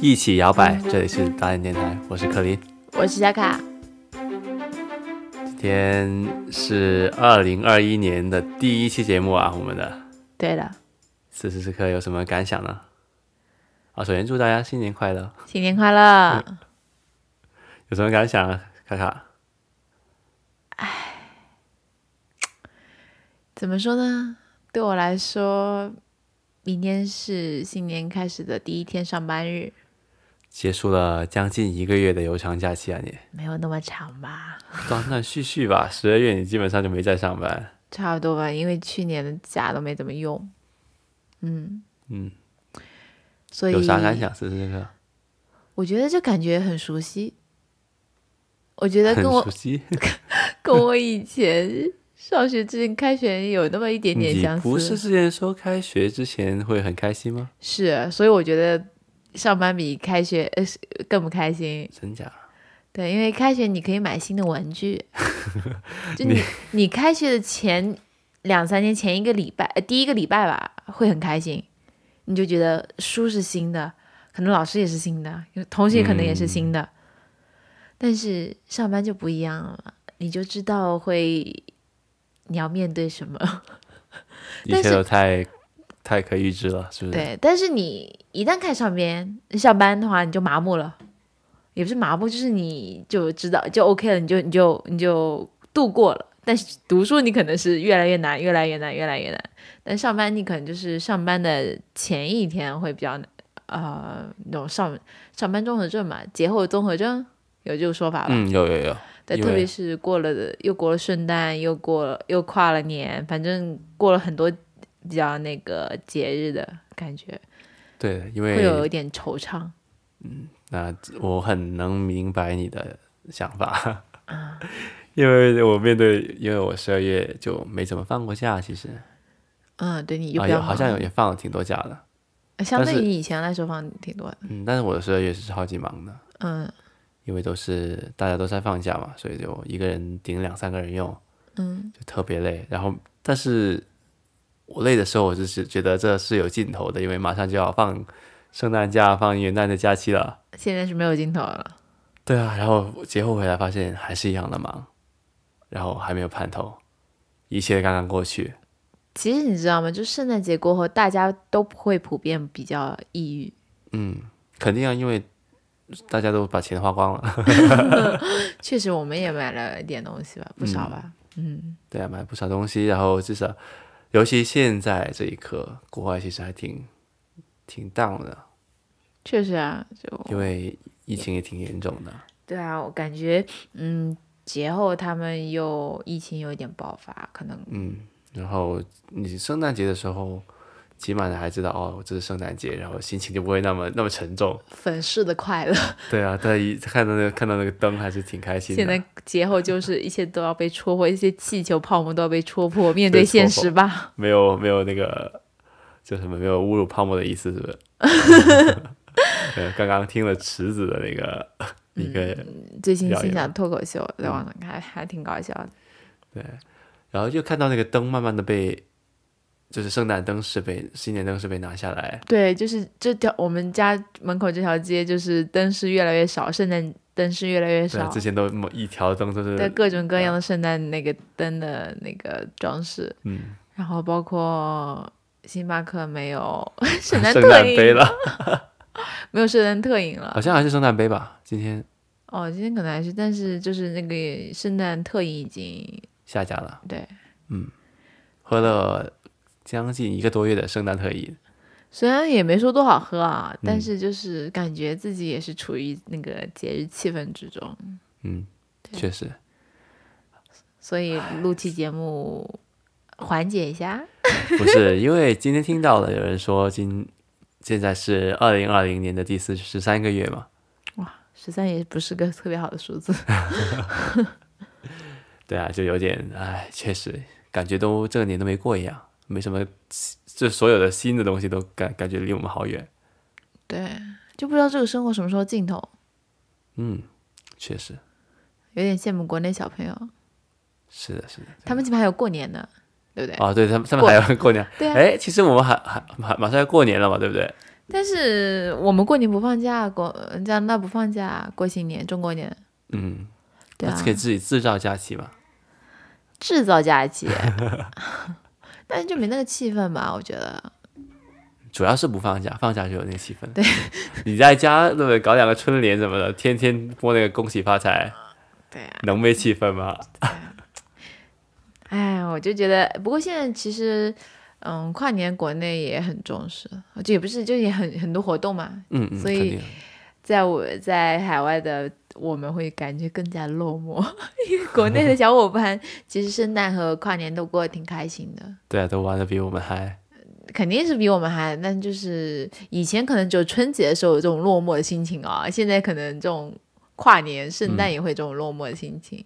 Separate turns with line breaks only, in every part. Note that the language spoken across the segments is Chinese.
一起摇摆，这里是大连电台，我是克林。
我是小卡，
今天是二零二一年的第一期节目啊，我们的
对的，
此时此刻有什么感想呢？啊，首先祝大家新年快乐！
新年快乐！
有什么感想啊，卡卡？
怎么说呢？对我来说，明天是新年开始的第一天上班日，
结束了将近一个月的悠长假期啊你，
没有那么长吧？
断断续续吧。 十二月你基本上就没在上班，
差不多吧，因为去年的假都没怎么用。嗯
嗯，
所以
有啥感想？此时此刻
我觉得这感觉很熟悉，我觉得
很
跟我
熟悉。
跟我以前上学之前开学有那么一点点
你
相似。
不是之前说开学之前会很开心吗？
是，所以我觉得上班比开学呃是更不开心。
真假？
对，因为开学你可以买新的玩具，就你你开学的前两三天前一个礼拜，呃，第一个礼拜吧，会很开心，你就觉得书是新的，可能老师也是新的，同学可能也是新的，但是上班就不一样了，你就知道会你要面对什么。
一
但
切
是
都太太可预知了，是不是？
对，但是你一旦开始上边上班的话，你就麻木了，也不是麻木，就是你就知道就 OK 了，你就你就你就度过了。但是读书你可能是越来越难，越来越难，越来越难。但上班你可能就是上班的前一天会比较难，呃，那种上上班综合症嘛，节后综合症有这个说法吧？
嗯，有有有，
对，
因
特别
为
是过了又过了圣诞，又过了又跨了年，反正过了很多比较那个节日的感觉，
对，因
会有
为
一点惆怅。
那我很能明白你的想法，
啊
因为我面对，因为我十二月就没怎么放过假，其实
嗯，对你就
啊，
比较
有
忙、
好像有也放了挺多假的，
相
但
对
是
于你以前来说放挺多的。
嗯，但是我的十二月是超级忙的，
嗯
因为都是大家都在放假嘛，所以就一个人顶两三个人用，
嗯，
就特别累。然后，但是我累的时候，我就是觉得这是有尽头的，因为马上就要放圣诞假、放元旦的假期了。
现在是没有镜头了。
对啊，然后节后回来发现还是一样的忙，然后还没有盼头，一切刚刚过去。
其实你知道吗？就圣诞节过后，大家都会普遍比较抑郁。
嗯，肯定啊，因为大家都把钱花光了。
确实，我们也买了一点东西吧，不少吧。嗯
对啊，买不少东西，然后至少，尤其现在这一刻，国外其实还挺挺 down 的，
确实啊，就
因为疫情也挺严重的。
对啊，我感觉，嗯，节后他们又疫情有一点爆发，可能
嗯，然后你圣诞节的时候，起码你还知道哦，这是圣诞节，然后心情就不会那么那么沉重。
粉饰的快乐。
对啊，但一看到那个看到那个灯，还是挺开心的。
现在节后就是一切都要被戳破，一些气球泡沫都要被戳 破，面对现实吧。
没有没有那个叫什么没有侮辱泡沫的意思，是不 是？呃，刚刚听了池子的那个
嗯
一个，
最近
表演嗯
欣赏脱口秀，在网上看还挺搞笑的。
然后就看到那个灯慢慢的被，就是圣诞灯是被新年灯是被拿下来，
对，就是这条我们家门口这条街，就是灯饰越来越少，圣诞灯饰越来越
对啊，嗯
少
之，前都某一条灯都
对
是，
各种各样的圣诞那个灯的那个装饰，
嗯，
然后包括星巴克没 有圣
圣
诞
诞
特饮
杯了，
没有圣诞特饮了
好。像还是圣诞杯吧，今天
哦，今天可能还是，但是就是那个圣诞特饮已经
下架了，
对，
喝了将近一个多月的圣诞特饮，
虽然也没说多好喝啊，但
嗯
是就是感觉自己也是处于那个节日气氛之中，
嗯，确实，
所以录期节目缓解一下。
不是，因为今天听到了有人说今现在是二零二零年的第四十三个月嘛，
十三也不是个特别好的数字，
对啊，就有点哎，确实感觉都这个年都没过一样，没什么，就所有的新的东西都感感觉离我们好远。
对，就不知道这个生活什么时候尽头，
嗯，确实
有点羡慕国内小朋友，
是的，是的，
啊他们起码还有过年呢，对不对？
哦，对他们他们还要过年，
对啊
哎，其实我们还还还马上要过年了嘛，对不对？
但是我们过年不放假，过加拿大不放假，过新年，中国年，
嗯，
对啊
那，可以自己制造假期嘛？
制造假期， 但是就没那个气氛吧，我觉得。
主要是不放假，放假就有那个气氛。对， 你在家对不对？搞两个春联什么的，天天播那个恭喜发财，
对啊，
能没气氛吗？
哎，我就觉得，不过现在其实，嗯，跨年国内也很重视，就也不是，就也很很多活动嘛。
嗯嗯，
所
肯
以
定。
在我在海外的我们会感觉更加落寞， 因为国内的小伙伴其实圣诞和跨年都过得挺开心的，
对啊，都玩的比我们还
肯定是比我们还，但就是以前可能只有春节的时候有这种落寞的心情啊，现在可能这种跨年、圣
嗯
诞也会这种落寞的心情，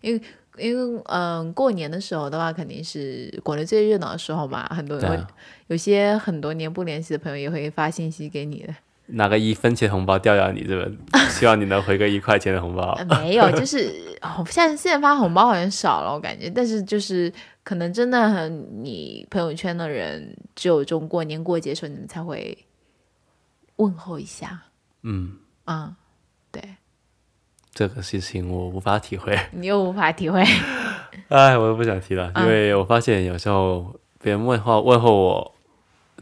因为。因为嗯，过年的时候的话，肯定是国内最热闹的时候嘛，很多
对
人会
啊，
有些很多年不联系的朋友也会发信息给你的。
拿个一分钱红包吊吊你，对吧？希望你能回个一块钱的红包
呃。没有，就是哦，现在现在发红包好像少了，我感觉，但是就是可能真的很，你朋友圈的人只有这种过年过节的时候，你们才会问候一下，
嗯，
嗯，对
这个事情我无法体会，
你又无法体会，
哎，我都不想提了，因
嗯
为我发现有时候别人问候问候我，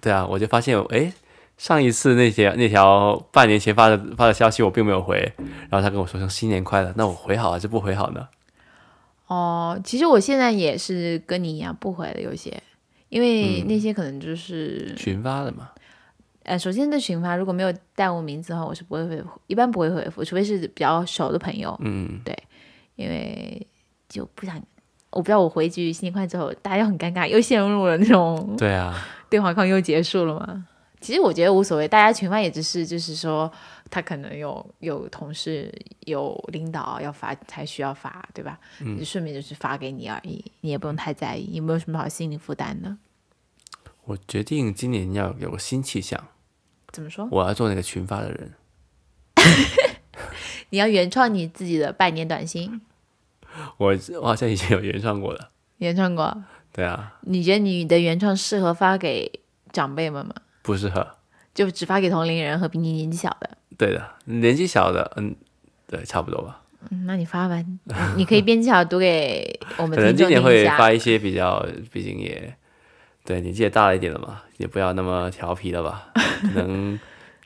对啊，我就发现，哎，上一次那条那条半年前发的发的消息我并没有回，然后他跟我说声新年快乐，那我回好还是不回好呢？
哦，其实我现在也是跟你一样不回的，有些，因为那些可能就是，
群发的嘛，
呃，首先这群发如果没有带我名字的话，我是不会回，一般不会回复，除非是比较熟的朋友，
嗯，
因为就不想，我不知道我回一句新年快乐之后，大家又很尴尬，又陷入了那种
对啊，
对话框又结束了嘛。其实我觉得无所谓，大家群发也只是就是说，他可能有有同事有领导要发才需要发，对吧？嗯、就顺便就是发给你而已，你也不用太在意，也没有什么好心理负担的。
我决定今年要有个新气象，
怎么说？
我要做那个群发的人，
你要原创你自己的拜年短信，
我我好像以前有原创过的，
原创过？
对啊，
你觉得你的原创适合发给长辈们吗？
不适合，
就只发给同龄人和比你年纪小的？
对的，年纪小的，嗯，对，差不多吧。
嗯，那你发吧，你你可以编辑好 读给我们
可能今
听众
年
听一
会
下。
发一些比较，毕竟也对年纪也大了一点了嘛，也不要那么调皮了 吧，可能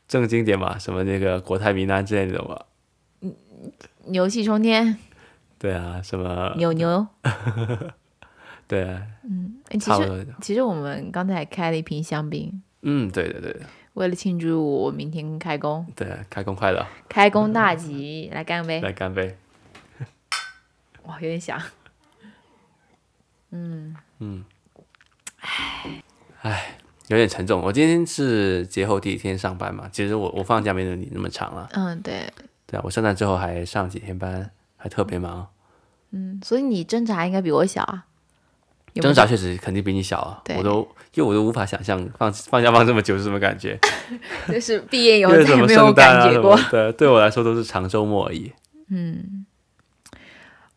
正经点吧，什么那个国泰民安之类的吧。
牛气冲天，
对啊，什么
牛牛。
对啊，
哎其
差不
实
多。
其实我们刚才开了一瓶香槟，
嗯，对对对
为了庆祝我明天开工，
对，啊开工快乐，
开工大吉，来干杯！
来干杯！
哇，有点想。
有点沉重，我今天是节后第一天上班嘛，其实我我放假没有你那么长了，
嗯，对，
对啊，我圣诞之后还上几天班，还特别忙。
嗯，所以你挣扎应该比我小啊。有没
挣
有
扎确实肯定比你小啊，
对
我都因为我都无法想象放放假放这么久是什么感觉。
就是毕业以后
因为
再
什
也
么
没有
圣诞
感
啊
觉
什
过
么。的，对我来说都是长周末而已。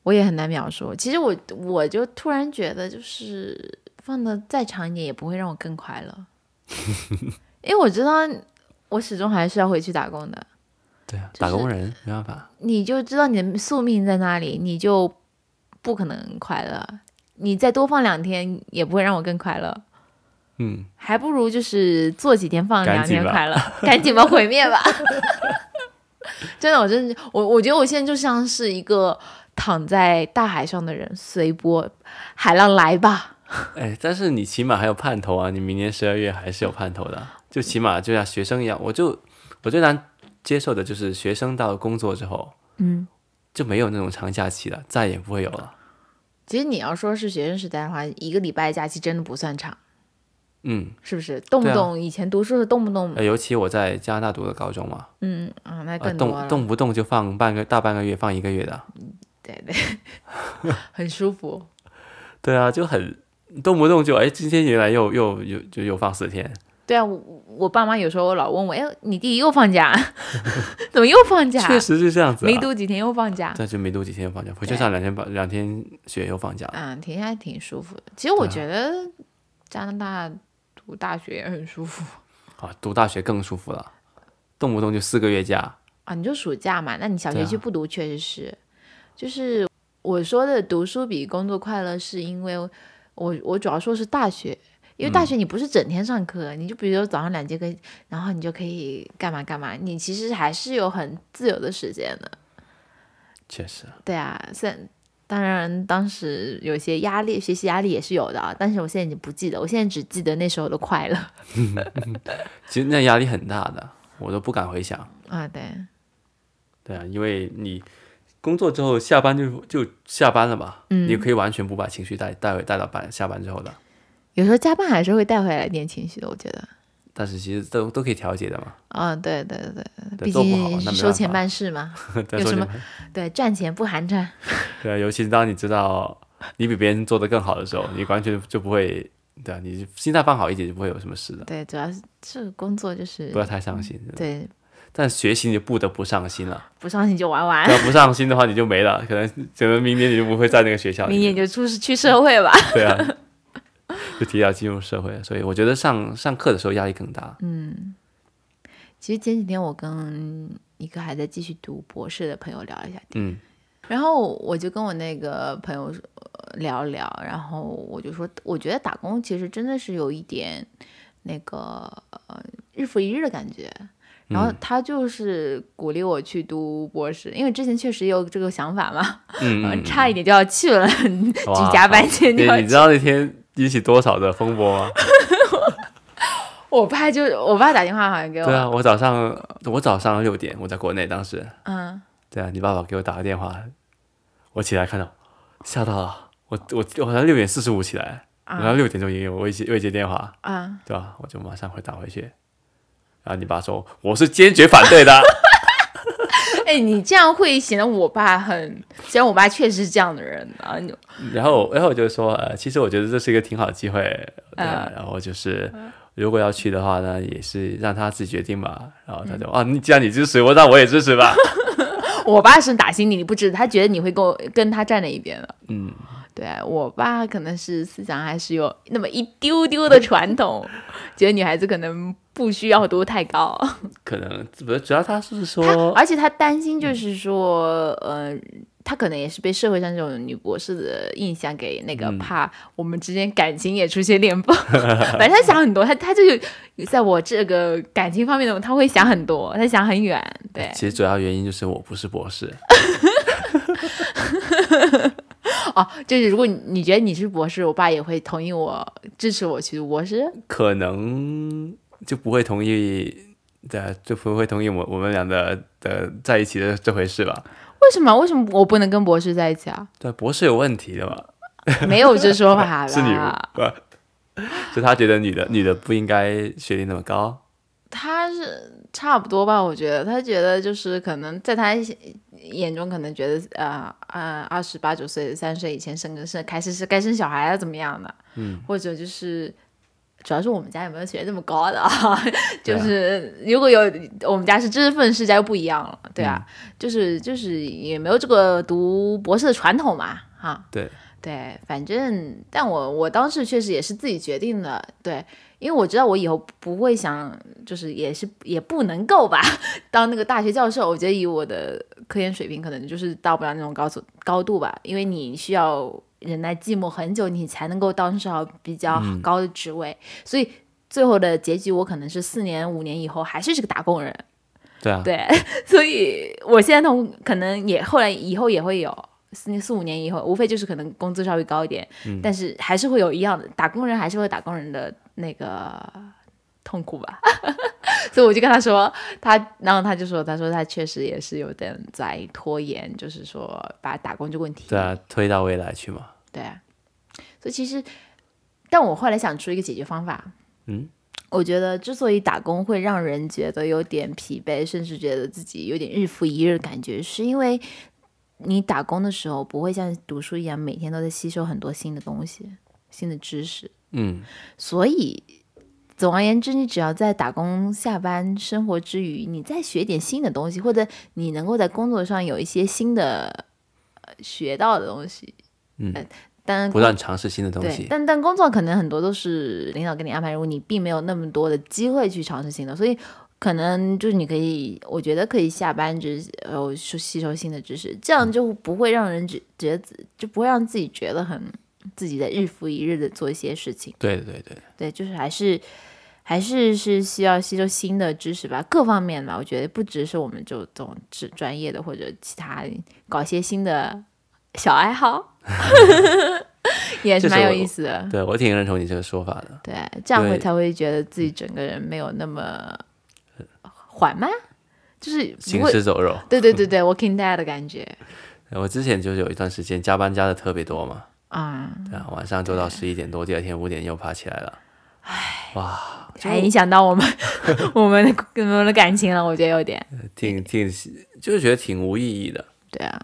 我也很难描述。其实我我就突然觉得，就是放的再长一点也不会让我更快乐， 因为我知道我始终还是要回去打工的。
对啊，
就是
打工人没办法。
你就知道你的宿命在那里，你就不可能快乐。你再多放两天也不会让我更快乐，
嗯，
还不如就是做几天放两
赶紧
天
吧
快乐，赶紧吧，毁灭吧。真的，我真的，我我觉得我现在就像是一个躺在大海上的人，随波，海浪来吧。
哎，但是你起码还有盼头啊！你明年十二月还是有盼头的啊，就起码就像学生一样，我就我最难接受的就是学生到了工作之后，
嗯，
就没有那种长假期了，再也不会有了。
其实你要说是学生时代的话，一个礼拜假期真的不算长，
嗯，
是不是？动不
对啊
动、以前读书是动不动，
呃尤其我在加拿大读的高中嘛，
嗯啊，那
呃，
更多了，
动动不动就放半个大半个月，放一个月的。
对 对，很舒服。
对啊，就很动不动就哎，今天原来又又又就又放四天，
对啊，我我爸妈有时候老问我，哎，你弟弟又放假， 怎么又放假？
确实是这样子、啊。
没读几天又放假，
但就没读几天放假，回去上两天班，两天学又放假了。
嗯，挺还挺舒服的。其实我觉得加拿大读大学也很舒服
啊，读大学更舒服了，动不动就四个月假。
啊，你就暑假嘛，那你小
对
学
啊
期不读确实是，就是我说的读书比工作快乐，是因为我我主要说是大学。因为
嗯
大学你不是整天上课，你就比如说早上两节课，然后你就可以干嘛干嘛，你其实还是有很自由的时间的。
确实，
对啊，虽然当然当时有些压力，学习压力也是有的啊，但是我现在已经不记得，我现在只记得那时候的快乐
其实那压力很大的，我都不敢回想。
啊。对，
对啊，因为你工作之后下班就就下班了嘛，嗯，你可以完全不把情绪带带回带到班下班之后的，
有时候加班还是会带回来一点情绪的，我觉得。
但是其实都都可以调节的嘛。
啊，对对对，
对
毕
做不好
竟
那
是
没
收
办
钱
法
办事嘛，
再
有
说
什
你
么
们
对，赚钱不寒碜。
对啊，尤其是当你知道你比别人做的更好的时候，你完全就不会，对啊，你心态放好一点就不会有什么事的，
对，主要是这个工作就是
不要太上心。
对，
但学习你就不得不上心了，
不上心就玩玩，
要不上心的话你就没了，可能可能明年你就不会在那个学校里
明
面
年就出去社会吧。
对啊， 就提早进入社会了，所以我觉得上上课的时候压力更大。
嗯其实前几天我跟一个还在继续读博士的朋友聊了一下，
嗯，
然后我就跟我那个朋友说呃聊聊，然后我就说，我觉得打工其实真的是有一点那个呃日复一日的感觉。然
嗯
后他就是鼓励我去读博士，因为之前确实有这个想法嘛，
嗯
呃差一点就要去了，
哇
举家搬迁就
你
要
你
去
知道那天引起多少的风波吗？
我爸就我爸打电话好像给我，
对啊，我早上我早上六点我在国内，当时
嗯，
对啊，你爸爸给我打个电话，我起来看到吓到了，我我我好像六点四十五起来，
啊
然后六点钟也有未接未接电话，
啊，
对吧、我就马上回打回去，然后你爸说我是坚决反对的，
哎，你这样会显得我爸很，虽然我爸确实是这样的人啊，你
然后，然后我就说，呃，其实我觉得这是一个挺好的机会，对
嗯
啊。然后就是，如果要去的话呢，也是让他自己决定吧。然
嗯
后他就，啊，你既然你支持我，那我也支持 吧。
我爸是打心底里不支持，他觉得你会跟我跟他站在一边的。
嗯，
对我爸可能是思想还是有那么一丢丢的传统，觉得女孩子可能不需要读太高。啊
可能不，主要他是
他哎
说，嗯
而且他担心就是说，呃，他可能也是被社会上这种女博士的印象给那
嗯
个，怕我们之间感情也出现裂缝。 反正他想很多，他他就在我这个感情方面的，他会想很多，他想很远。 对，
呃其实主要原因就是我不是博士，
哦，就是如果你你觉得你是博士，我爸也会同意我支持我去读博士。
可能就不会同意，对啊，就不会同意我我们俩的的在一起的这回事吧？
为什么？为什么我不能跟博士在一起啊？
对啊，博士有问题的嘛，
没有这说法 啦。
是你不？就他觉得女的女的不应该学历那么高。
他是差不多吧，我觉得他觉得就是可能在他眼中可能觉得呃呃二十八九岁三十岁以前生个生开始是该生小孩啊怎么样的，嗯，或者就是主要是我们家也没有学这么 高的啊，
对
就
啊
是如果有我们家是知识分子世家又不一样了，对啊，
嗯
就是就是也没有这个读博士的传统嘛，哈、
对，
对，反正，但我我当时确实也是自己决定的，对，因为我知道我以后不会想，就是也是也不能够吧， 当那个大学教授，我觉得以我的科研水平，可能就是到不了那种高速高度吧，因为你需要忍耐寂寞很久，你才能够当上比较高的职位，所以最后的结局，我可能是四年五年以后还是是个打工人，
对啊，
对， 所以我现在同可能也后来以后也会有四年四五年以后，无非就是可能工资稍微高一点，
嗯
但是还是会有一样的打工人还是会有打工人的那个痛苦吧。 所以我就跟他说，他然后他就说，他说他确实也是有点在拖延，就是说把打工这个问题
对啊，推到未来去嘛。
对啊，所以其实，但我后来想出一个解决方法。
嗯，
我觉得之所以打工会让人觉得有点疲惫，甚至觉得自己有点日复一日的感觉，是因为你打工的时候不会像读书一样每天都在吸收很多新的东西、新的知识，
嗯，
所以总而言之，你只要在打工、下班、生活之余，你再学点新的东西，或者你能够在工作上有一些新的呃学到的东西，
嗯
呃，当然
不断尝试新的东
对
西，。
但但工作可能很多都是领导给你安排，如果你并没有那么多的机会去尝试新的，所以可能就是你可以，我觉得可以下班只呃吸吸收新的知识，这
嗯
样就不会让人觉觉得自就不会让自己觉得很自己在日复一日的做一些事情。
对对对，
对，就是还是还是是需要吸收新的知识吧，各方面吧，我觉得不只是我们这种专专业的或者其他搞一些新的小爱 好，也是
这是
蛮有
我
意思的。
对我挺认同你这个说法的。
对，这样会
对嗯
才会觉得自己整个人没有那么缓慢，就是不
行
会。
尸走肉，
对对对对，Walking Dead 的感觉
我之前就是有一段时间加班加的特别多嘛，
啊，
对啊，晚上做到十一点多，第二天五点又爬起来了。哇，
还影响到 我们我们的我们的感情了，我觉得有点。
挺挺就是觉得挺无意义的。
对啊，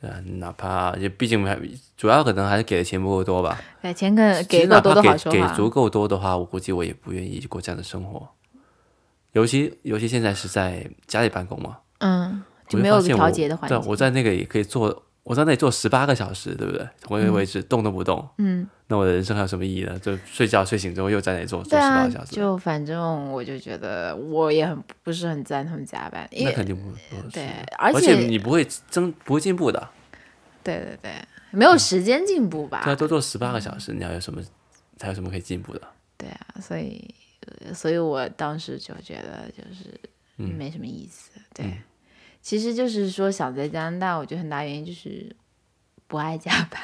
对啊，哪怕也毕竟还主要可能还是给的钱不够多吧。
给哎钱可
其
呃给
实
够
哪怕
多都
给
好说
给
话。
足够多的话，我估计我也不愿意过这样的生活。尤其尤其现在是在家里办公嘛，
嗯，就
我
没有
发现
调
我
节的环
对，啊
境。
我在那个也可以做，我在那里做十八个小时，对不对？同一个位置、动都不动，
嗯，
那我的人生还有什么意义呢？就睡觉，睡醒之后又在那里做做
对
十八
啊
个小，时，
就反正我就觉得我也很不是很赞同加班，因
那
为
肯定不不是。
对，
而
而且啊
你不会增，不会进步的。
对对对，没有时间进步吧？
嗯对啊，多做十八个小时，你还有什么，还有什么可以进步的？
对啊，所以呃所以我当时就觉得就是没什么意思。对，其实就是说想在加拿大，我觉得很大原因就是不爱加班。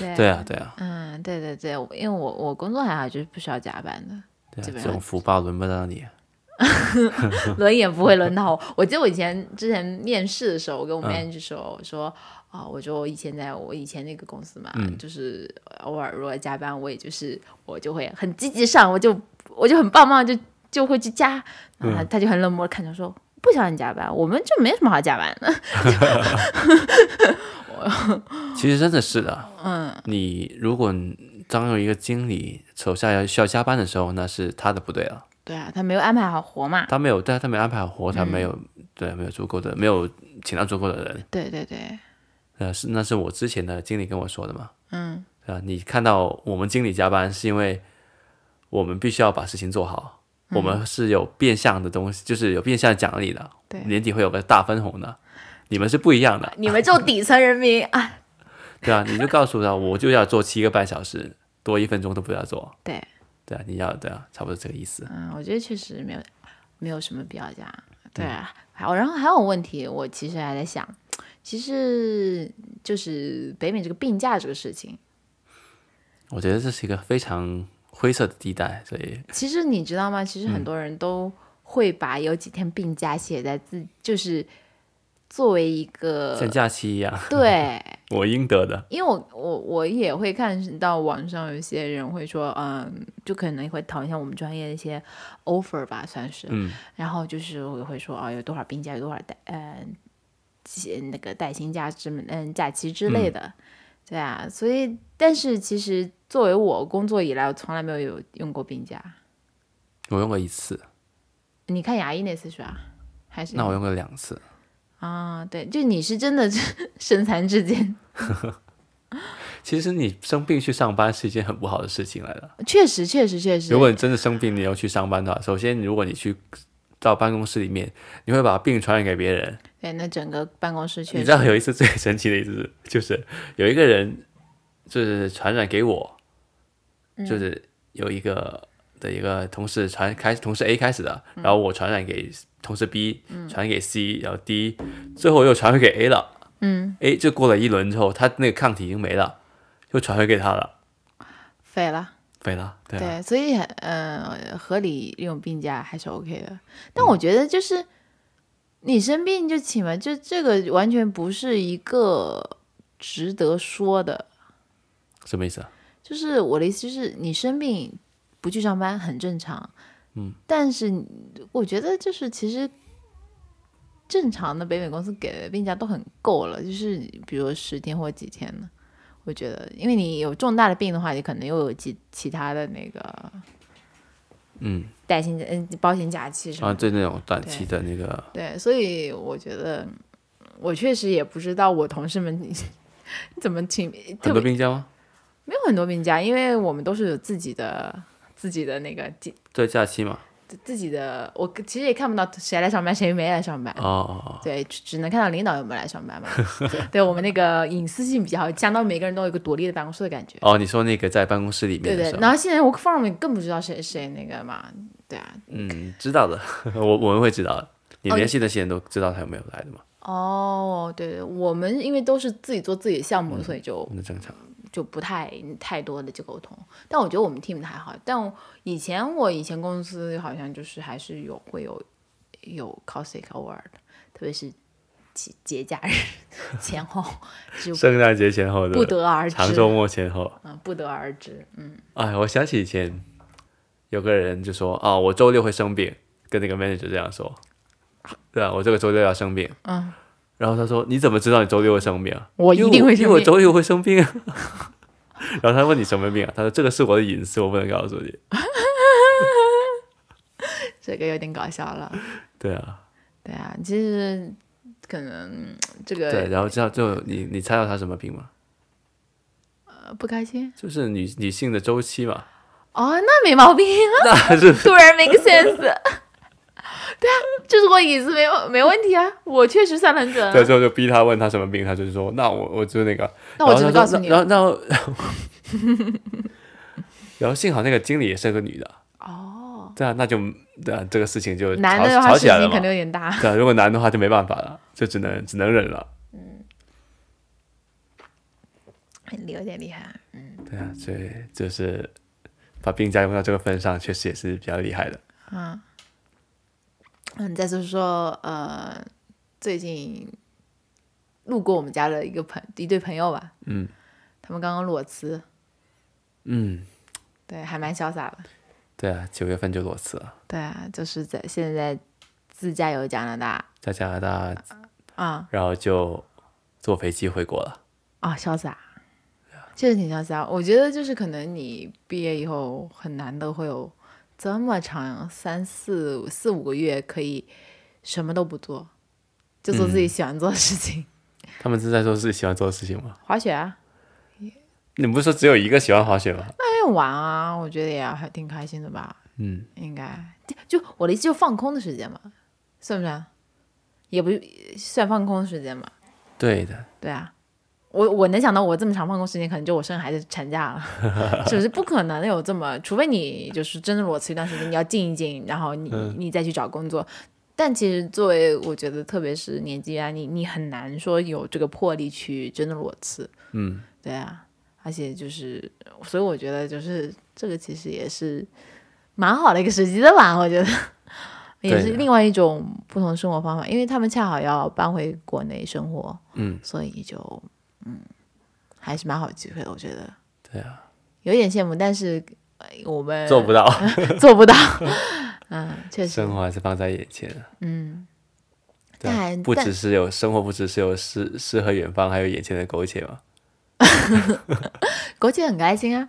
对
对啊，对啊，
嗯，对对对，因为我我工作还好，就是不需要加班的。
对啊，
基本
这
上
种福报轮不到 你。
轮也不会轮到我。我记得我以前之前面试的时候，我跟我 manager 说，我说啊、我说我以前在我以前那个公司嘛，就是偶尔如果加班，我也就是我就会很积极上，我就我就很棒棒，就就会去加。然后他他就很冷漠的看着我说。不想让你加班，我们就没什么好加班的。
其实真的是的，嗯，你如果当有一个经理手下要需要加班的时候，那是他的不对了，
对啊，他没有安排好活嘛。
他没有，对啊，他没安排好活，
嗯
他没有，对，没有足够的，没有请到足够的人，
对对对，
呃，是那是我之前的经理跟我说的嘛，
嗯，
对啊，你看到我们经理加班是因为我们必须要把事情做好，
嗯
我们是有变相的东西，就是有变相奖励的，
对
年底会有个大分红的，你们是不一样的，
你们这种底层人民啊，
对啊，你就告诉他，我就要做七个半小时，多一分钟都不要做。
对，
对啊，你要对啊，差不多这个意思。
嗯，我觉得确实没有没有什么必要这样。对啊，还有然后还有问题，我其实还在想，其实就是北美这个病假这个事情，
我觉得这是一个非常灰色的地带，所以
其实你知道吗？其实很多人都会把有几天病假写在自，就是作为一个
像假期一样，
对。
我应得的。
因为我我我也会看到网上有一些人会说，嗯，就可能会讨论一下我们专业的一些 offer 吧，算是，
嗯，
然后就是我会说，哦，有多少病假，有多少带，嗯、呃，几那个带薪假之嗯假期之类的，对啊，所以但是其实作为我工作以来，我从来没有有用过病假。
我用过一次，
你看牙医那次是吧？还是
那我用过两次。
啊、对，就你是真的 是身残志坚，
其实你生病去上班是一件很不好的事情来的。
确实确实确实
如，果你真的生病，你要去上班的话，首先如果你去到办公室里面，你会把病传染给别人。
对，那整个办公室确
你
实
知道有一次最神奇的一次，就是有一个人就是传染给我，
嗯
就是有一个的一个同事传开同事 A 开始的，
嗯
然后我传染给同事 B，、传给 C，然后 D，最后又传回给 A 了。嗯，A 就过了一轮之后，他那个抗体已经没了，又传回给他了，
废了。
没了。对啊，
对，所以呃，合理利用病假还是 OK 的。
嗯
但我觉得就是、你生病就请吧，就这个完全不是一个值得说的。
什么意思啊？
就是我的意思，就是你生病不去上班很正常，嗯，但是你我觉得就是其实正常的北美公司给的病假都很够了，就是比如十天或几天呢。我觉得，因为你有重大的病的话，你可能又有其其他的那个
嗯，
带薪嗯保险假期什么
啊，
的。
对那种短期的那个，
对，所以我觉得我确实也不知道我同事们 怎么请，特
很多
别
病假吗？
没有很多病假，因为我们都是有自己的自己的那个自
对，假期嘛。
自己的，我其实也看不到谁来上班，谁没来上班。
哦哦
对，只只能看到领导有没有来上 班嘛。对我们那个隐私性比较好，相当于每个人都有一个独立的办公室的感觉。
哦，哦，你说那个在办公室里
对
面的
对
时，候，
然后现在 work from home 更不知道谁谁那个嘛，对啊，
嗯，知道的， 我我们会知道的。你
哦
联系那些人都知道他有没有来的嘛？
哦，对对，我们因为都是自己做自己的项目，所以就
那正常。
就不太太多的去沟通。但我觉得我们 team 的还好，但我以前我以前公司好像就是还是有会有有 cosic award，特别是节节假日前后就
圣诞节前后的，
不得而知，
长周末前后。
嗯，不得而知，嗯，
哎，我想起以前有个人就说啊、我周六会生病，跟那个 manager 这样说，对啊，我这个周六要生病。
嗯。
然后他说：“你怎么知道你周六会生病啊？”
我
因为
一定会生
因为我
病
周六会生病啊。 然后他问你什么病啊？他说：“这个是我的隐私，我不能告诉你。
这个有点搞笑了，”
对啊，
对啊，其实可能这
对，
个
然后这样就你你猜到他什么病吗？
呃不开心
就是女女性的周期嘛，
哦，那没毛病啊，
那是
突然 make sense，对 啊，就是我椅子没有没问题啊，我确实算得很准啊
对，最后就逼他问他什么病，他就是说，那我我就那个，
那我
然后
只能
他
告
说
诉你
然后然后，然后然后幸好那个经理也是个女的，
哦，
对啊，那就对啊，这个事情就吵
男的话
吵
事
起来了
情
嘛
可，能有点大，
对啊，如果男的话就没办法了，就只能只能忍了，
有点厉害。
对啊，所以就是把病假用到这个份上，确实也是比较厉害的。
嗯，再就是说，呃，最近路过我们家的一个朋一对朋友吧，
嗯，
他们刚刚裸辞，
嗯，
对，还蛮潇洒的。
对啊，九月份就裸辞了，
对啊，就是在现在自驾游加拿大
在加拿大，
啊
然后就坐飞机回国了。
啊、潇洒，确实挺潇洒。我觉得就是可能你毕业以后很难得会有这么长三四四五个月可以什么都不做，就做自
嗯
己喜欢做的事情，
他们是在做自己喜欢做的事情吗？
滑雪啊，
你不是说只有一个喜欢滑雪吗？
那也玩啊，我觉得也还挺开心的吧，
嗯，
应该就就我的意思就放空的时间嘛，算不算？也不算放空的时间嘛，
对的，
对啊，我我能想到我这么长放工时间，可能就我生孩子产假了， 是不是？不可能有这么，除非你就是真的裸辞一段时间，你要静一静，然后你、你再去找工作。但其实作为我觉得，特别是年纪啊，你你很难说有这个魄力去真的裸辞。
嗯，
对啊，而且就是，所以我觉得就是这个其实也是蛮好的一个时机的吧，我觉得。也
对啊
是
的
另外一种不同的生活方法，因为他们恰好要搬回国内生活，
嗯，
所以就嗯，还是蛮好机会的，我觉得
对啊，
有点羡慕，但是呃我们
做不到，
做不到，嗯，确实，
生活还是放在眼前的。
嗯，
对啊
但
不
但
只是有生活，不只是有诗诗和远方，还有眼前的苟且 嘛，
国姐很开心啊，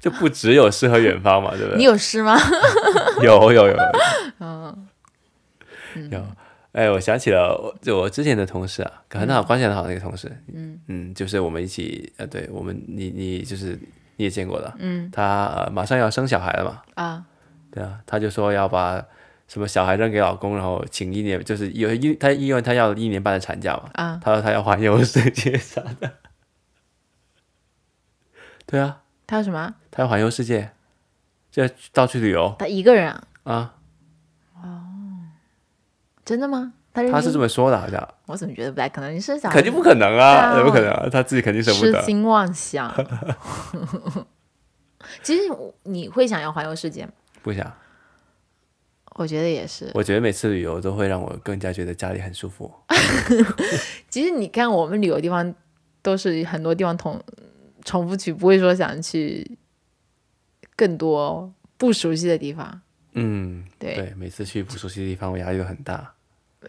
就不只有诗和远方嘛，对不
你
对？
有诗吗？
有有有有
嗯，
有，哎，我想起了，我就我之前的同事啊，很好，关系很好的一个同事，嗯嗯，就是我们一起，呃，对我们，你你就是你也见过的，
嗯
他、呃马上要生小孩了嘛，
啊，
对啊，他就说要把什么小孩扔给老公，然后请一年，就是有一他因为他要一年半的产假嘛，
啊
他说他要环游世界啥的，对啊，
他有什么？
他要环游世界，就到处旅游
他一个人啊？
啊，
真的吗？他认
他
真
是这么说的，好像
我怎么觉得不太可能？你是想
肯定不可能啊，
对啊
怎么可能啊？他自己肯定舍不
痴
得，
心妄想。 其实我你会想要环游世界吗？
不想。
我觉得也是。
我觉得每次旅游都会让我更加觉得家里很舒服，
其实你看，我们旅游地方都是很多地方同重复去，不会说想去更多不熟悉的地方。
嗯，
对，
对，每次去不熟悉的地方，我压力都很 大。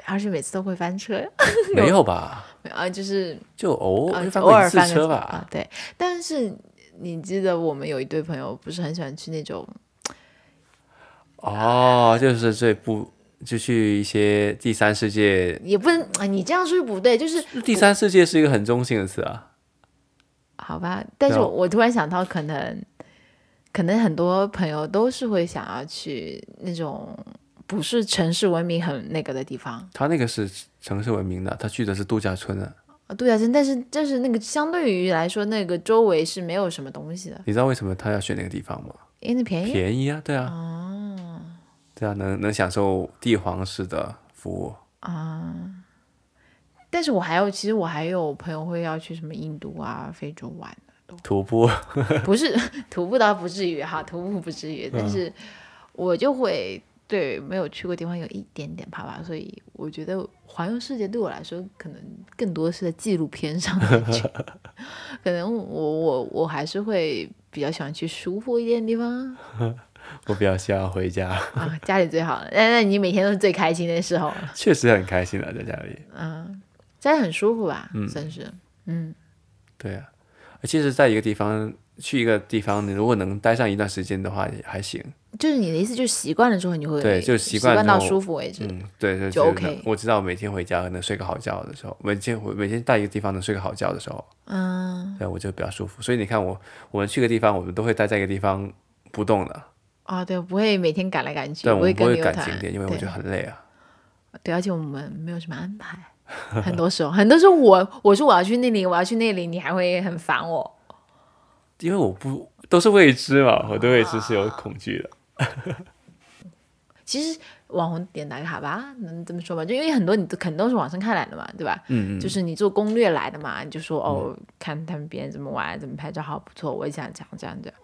而且每次都会翻车，
没有吧？
啊，就是
就偶
啊
就
就
翻
偶
过一
尔
次
翻个
车吧，
啊，对。但是你记得我们有一对朋友不是很喜欢去那种
哦，就是最不就去一些第三世界，
也不能啊，你这样说不对，就是
第三世界是一个很中性的词啊。
好吧。但是
对啊
我我突然想到，可能可能很多朋友都是会想要去那种不是城市文明很那个的地方
他那个是城市文明的，他去的是度假村啊。
啊，度假村，但是但是那个相对于来说，那个周围是没有什么东西的，
你知道为什么他要选那个地方吗？
因为那便宜。
便宜啊，对啊。哦。对啊，能能享受帝皇式的服务。
但是我还有，其实我还有朋友会要去什么印度啊、非洲玩，
徒步，
不是徒步倒不至于哈，徒步不至于，
嗯
但是我就会对没有去过地方有一点点怕怕，所以我觉得环游世界对我来说可能更多是在纪录片上面 去，可能我我我还是会比较喜欢去舒服一点的地方
我比较喜欢回家，
啊，家里最好了，那那你每天都是最开心的时候，
确实很开心的、在家里。
家里很舒服吧，
嗯
算是。
对啊，其实，在一个地方去一个地方，你如果能待上一段时间的话，也还行。
就是你的意思，就是习惯了之后，你会
对就习
习
惯
到
之后
舒服为止。
嗯，对对，
就
对
OK
我知道，每天回家能睡个好觉的时候，每天回每天到一个地方能睡个好觉的时候，
嗯
对我就比较舒服。所以你看我，我们去个地方，我们都会待在一个地方不动的，
啊，对，不会每天赶来赶去，
但我们不
跟
会
流
赶
团
景点，因为我
对
觉得很累啊。
对，而且我们没有什么安排，很多时候，很多时候我 我说我要去那里，我要去那里，你还会很烦我。
因为我不都是未知嘛，我对未知是有
啊
恐惧的。
其实网红点打卡吧，能这么说吧，就因为很多你都肯定都是网上看来的嘛，对吧？
嗯
就是你做攻略来的嘛，你就说哦，看他们别人怎么玩，怎么拍照，好不错，我也想这样这样这样。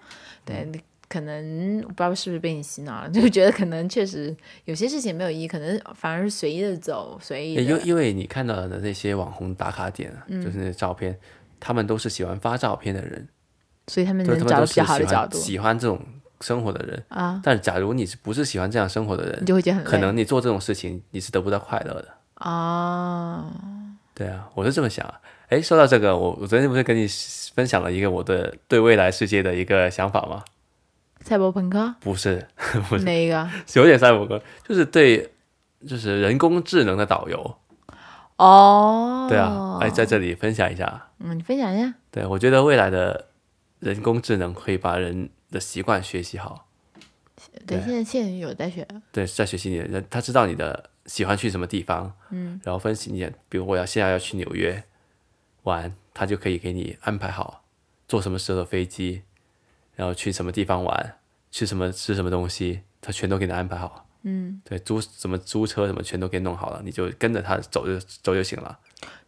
对，
嗯
你可能我不知道是不是被你洗脑了，就觉得可能确实有些事情没有意义，可能反而是随意的走，随意
也因
的嗯
为因为你看到的那些网红打卡点啊，就是那些照片，他们都是喜欢发照片的人，
所以他们
就
嗯能
是他们
找
都
到
是
比
喜
较好
欢
的角度
喜欢这种生活的人。
啊，
但假如你是不是喜欢这样生活的人
你，就会觉得很
可
累
能你做这种事情你是得不到快乐的。
啊。
对啊，我是这么想啊。哎，说到这个，我我昨天不是跟你分享了一个我的对未来世界的一个想法吗？
赛博朋克
不是，
哪一个？
有点赛博哥，就是对，就是人工智能的导游。
哦，
对啊，哎，在这里分享一下。
嗯，你分享一下。
对，我觉得未来的人工智能可以把人的习惯学习好。
对，
对
现在现在有在学，
对，在学习你的，他知道你的喜欢去什么地方，嗯，然后分析你的，比如我要现在要去纽约玩，他就可以给你安排好坐什么时候的飞机，然后去什么地方玩，去什么吃什么东西，他全都给你安排好。嗯，对，租什么租车什么全都给你弄好了，你就跟着他走就走就行了。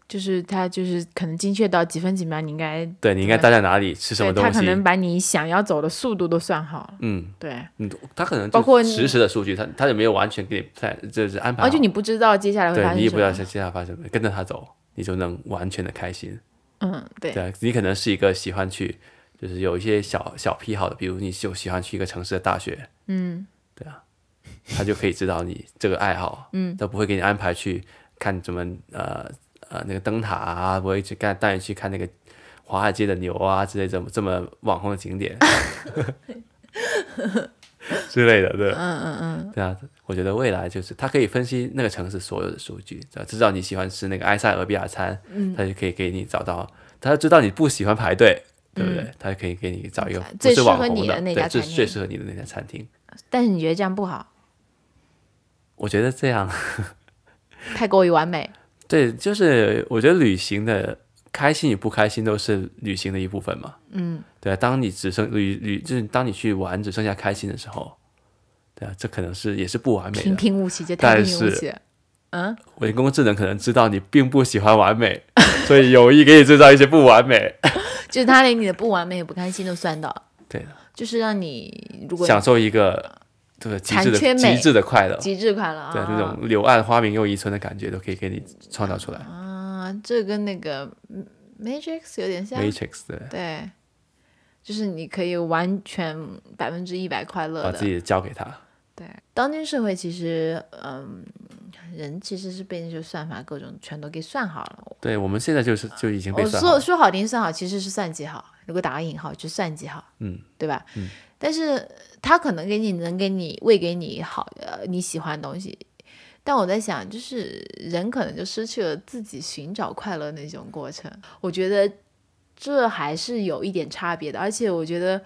就是他就是可能精确到几分几秒，你应该
对你应该待在哪里，吃什么东
对他可
西，
能把你想要走的速度都算好了。
嗯
对，然
嗯，他可能
包
就
括你
实时的数据，他他也没有完全给你在就是安排好。
后就你不知道接下来会发
对你
生
也
什
不知道
么。
接下来发生什么，跟着他走，你就能完全的开心。
嗯，对，
对啊，你可能是一个喜欢去，就是有一些小小癖好的，比如你就喜欢去一个城市的大学，
嗯，
对啊，他就可以知道你这个爱好，嗯，他不会给你安排去看什么呃呃那个灯塔啊，不会去干带你去看那个华尔街的牛啊之类这么这么网红的景 点之类的，对，嗯嗯嗯，对啊，我觉得未来就是他可以分析那个城市所有的数据，对吧知道你喜欢吃那个埃塞俄比亚餐，嗯，他就可以给你找到，他知道你不喜欢排队。对不对？他就可以给你找一个不
嗯最
是
适
网
合
红
你的那
对
家
最
餐
最
厅
适合你的那家餐厅。
但是你觉得这样不好，
我觉得这样
太过于完美。
对，就是我觉得旅行的开心与不开心都是旅行的一部分嘛。嗯，对啊，当你只剩旅旅，就是当你去玩只剩下开心的时候，对啊，这可能是也是不完美
平
的。
平无奇，这
但
太平平无
是
奇了。
人工智能可能知道你并不喜欢完美， 所以有意给你制造一些不完 美，
就是他连你的不完美、不开心都算到，
对，
就是让你如果
享受一个对极致
残缺
的
美
极致的快乐，对
极致快乐啊，
啊，那种柳暗花明又一村的感觉都可以给你创造出来。
啊，这跟那个嗯 Matrix 有点像。
Matrix 对，
对，就是你可以完全百分之一百快乐
把
的。
自己交给他。
对，当今社会其实，嗯，人其实是被那些算法各种全都给算好了。
对我们现在就是就已经被
我
算好
说
了，
哦说好听算好，其实是算计好。如果打个引号，就算计好，
嗯，
对吧？嗯、但是他可能给你能给你喂给你好呃你喜欢的东西，但我在想，就是人可能就失去了自己寻找快乐那种过程。我觉得这还是有一点差别的，而且我觉得。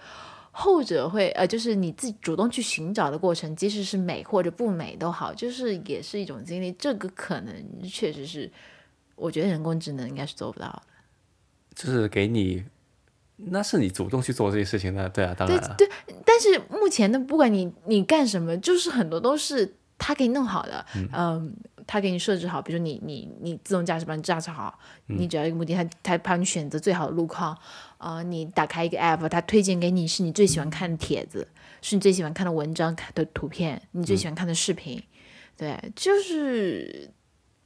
后者会呃，就是你自己主动去寻找的过程，即使是美或者不美都好，就是也是一种经历。这个可能确实是，我觉得人工智能应该是做不到的。
就是给你，那是你主动去做这些事情的，对啊，当然了，
对，但是目前的不管你你干什么，就是很多都是他给你弄好的，嗯，他给你设置好，比如说你你你自动驾驶帮你驾驶好，
嗯
你只要一个目的，他他帮你选择最好的路况，啊、你打开一个 app，他推荐给你是你最
嗯
喜欢看的帖子，是你最喜欢看的文章、看的图片，你
嗯
最喜欢看的视频，对，就是。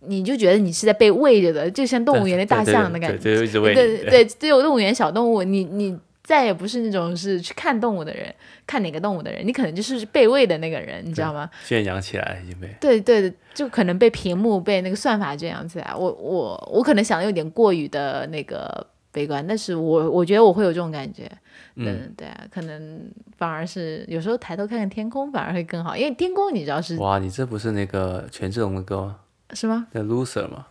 你就觉得你是在被喂着的，就像动物园那大象的感觉，
对，对对就一直喂你，
对对，只有动物园小动物，你你再也不是那种是去看动物的人，看哪个动物的人，你可能就是被喂的那个人，你知道吗？
圈养起来已经被。
对对的，就可能被屏幕被那个算法这样起来。我我我可能想的有点过于的那个悲观，但是我我觉得我会有这种感觉。嗯，对啊，可能反而是有时候抬头看看天空反而会更好，因为天空你知道是
哇，你这不是那个权志龙的歌吗？
是吗？
那 loser 吗？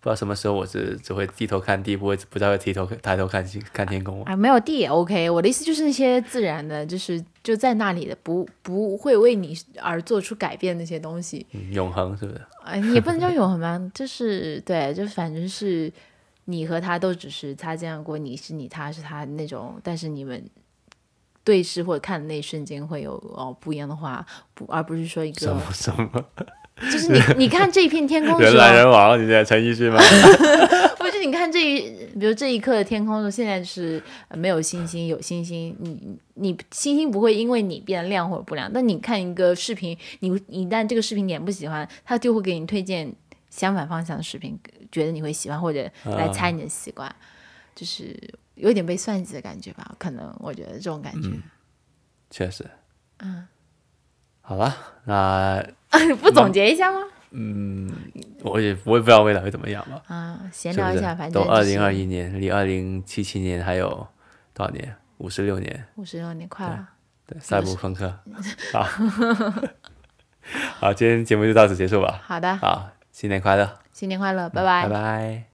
不知道什么时候我只只会低头看地，不会不太会低头抬头看星看天 空。
啊，没有地也 OK。我的意思就是那些自然的，就是就在那里的，不不会为你而做出改变的那些东西，
嗯，永恒是不是？
啊、也不能叫永恒吧，就是对，就反正是你和他都只是擦肩而过，你是你，他是他那种，但是你们对视或者看的那一瞬间会有哦不一样的话，不而不是说一
什
个
么，什么
就是你你看这一片天空 的
人
时
来
候，
人往？你在陈奕迅吗？
嗯 不是，你看这一，比如这一刻的天空中，现在是呃没有星星，有星星，你你星星不会因为你变亮或者不亮，但你看一个视频，你一旦这个视频点不喜欢，它就会给你推荐相反方向的视频，觉得你会喜欢或者来猜你的习惯，
啊
就是有点被算计的感觉吧，可能我觉得这种感觉，
确实。嗯。好了，嗯那
不总结一下吗？
我也我也不知道未来会怎么样吧。
啊，闲
是
聊
不
一
是
下，反
都
正
二零二一年，离二零七七年还有多少年？五十六年。
五十 六年快了，
对，赛博朋克。好， 好，今天节目就到此结束吧。
好的，
好，新年快乐，
新年快乐，
拜拜。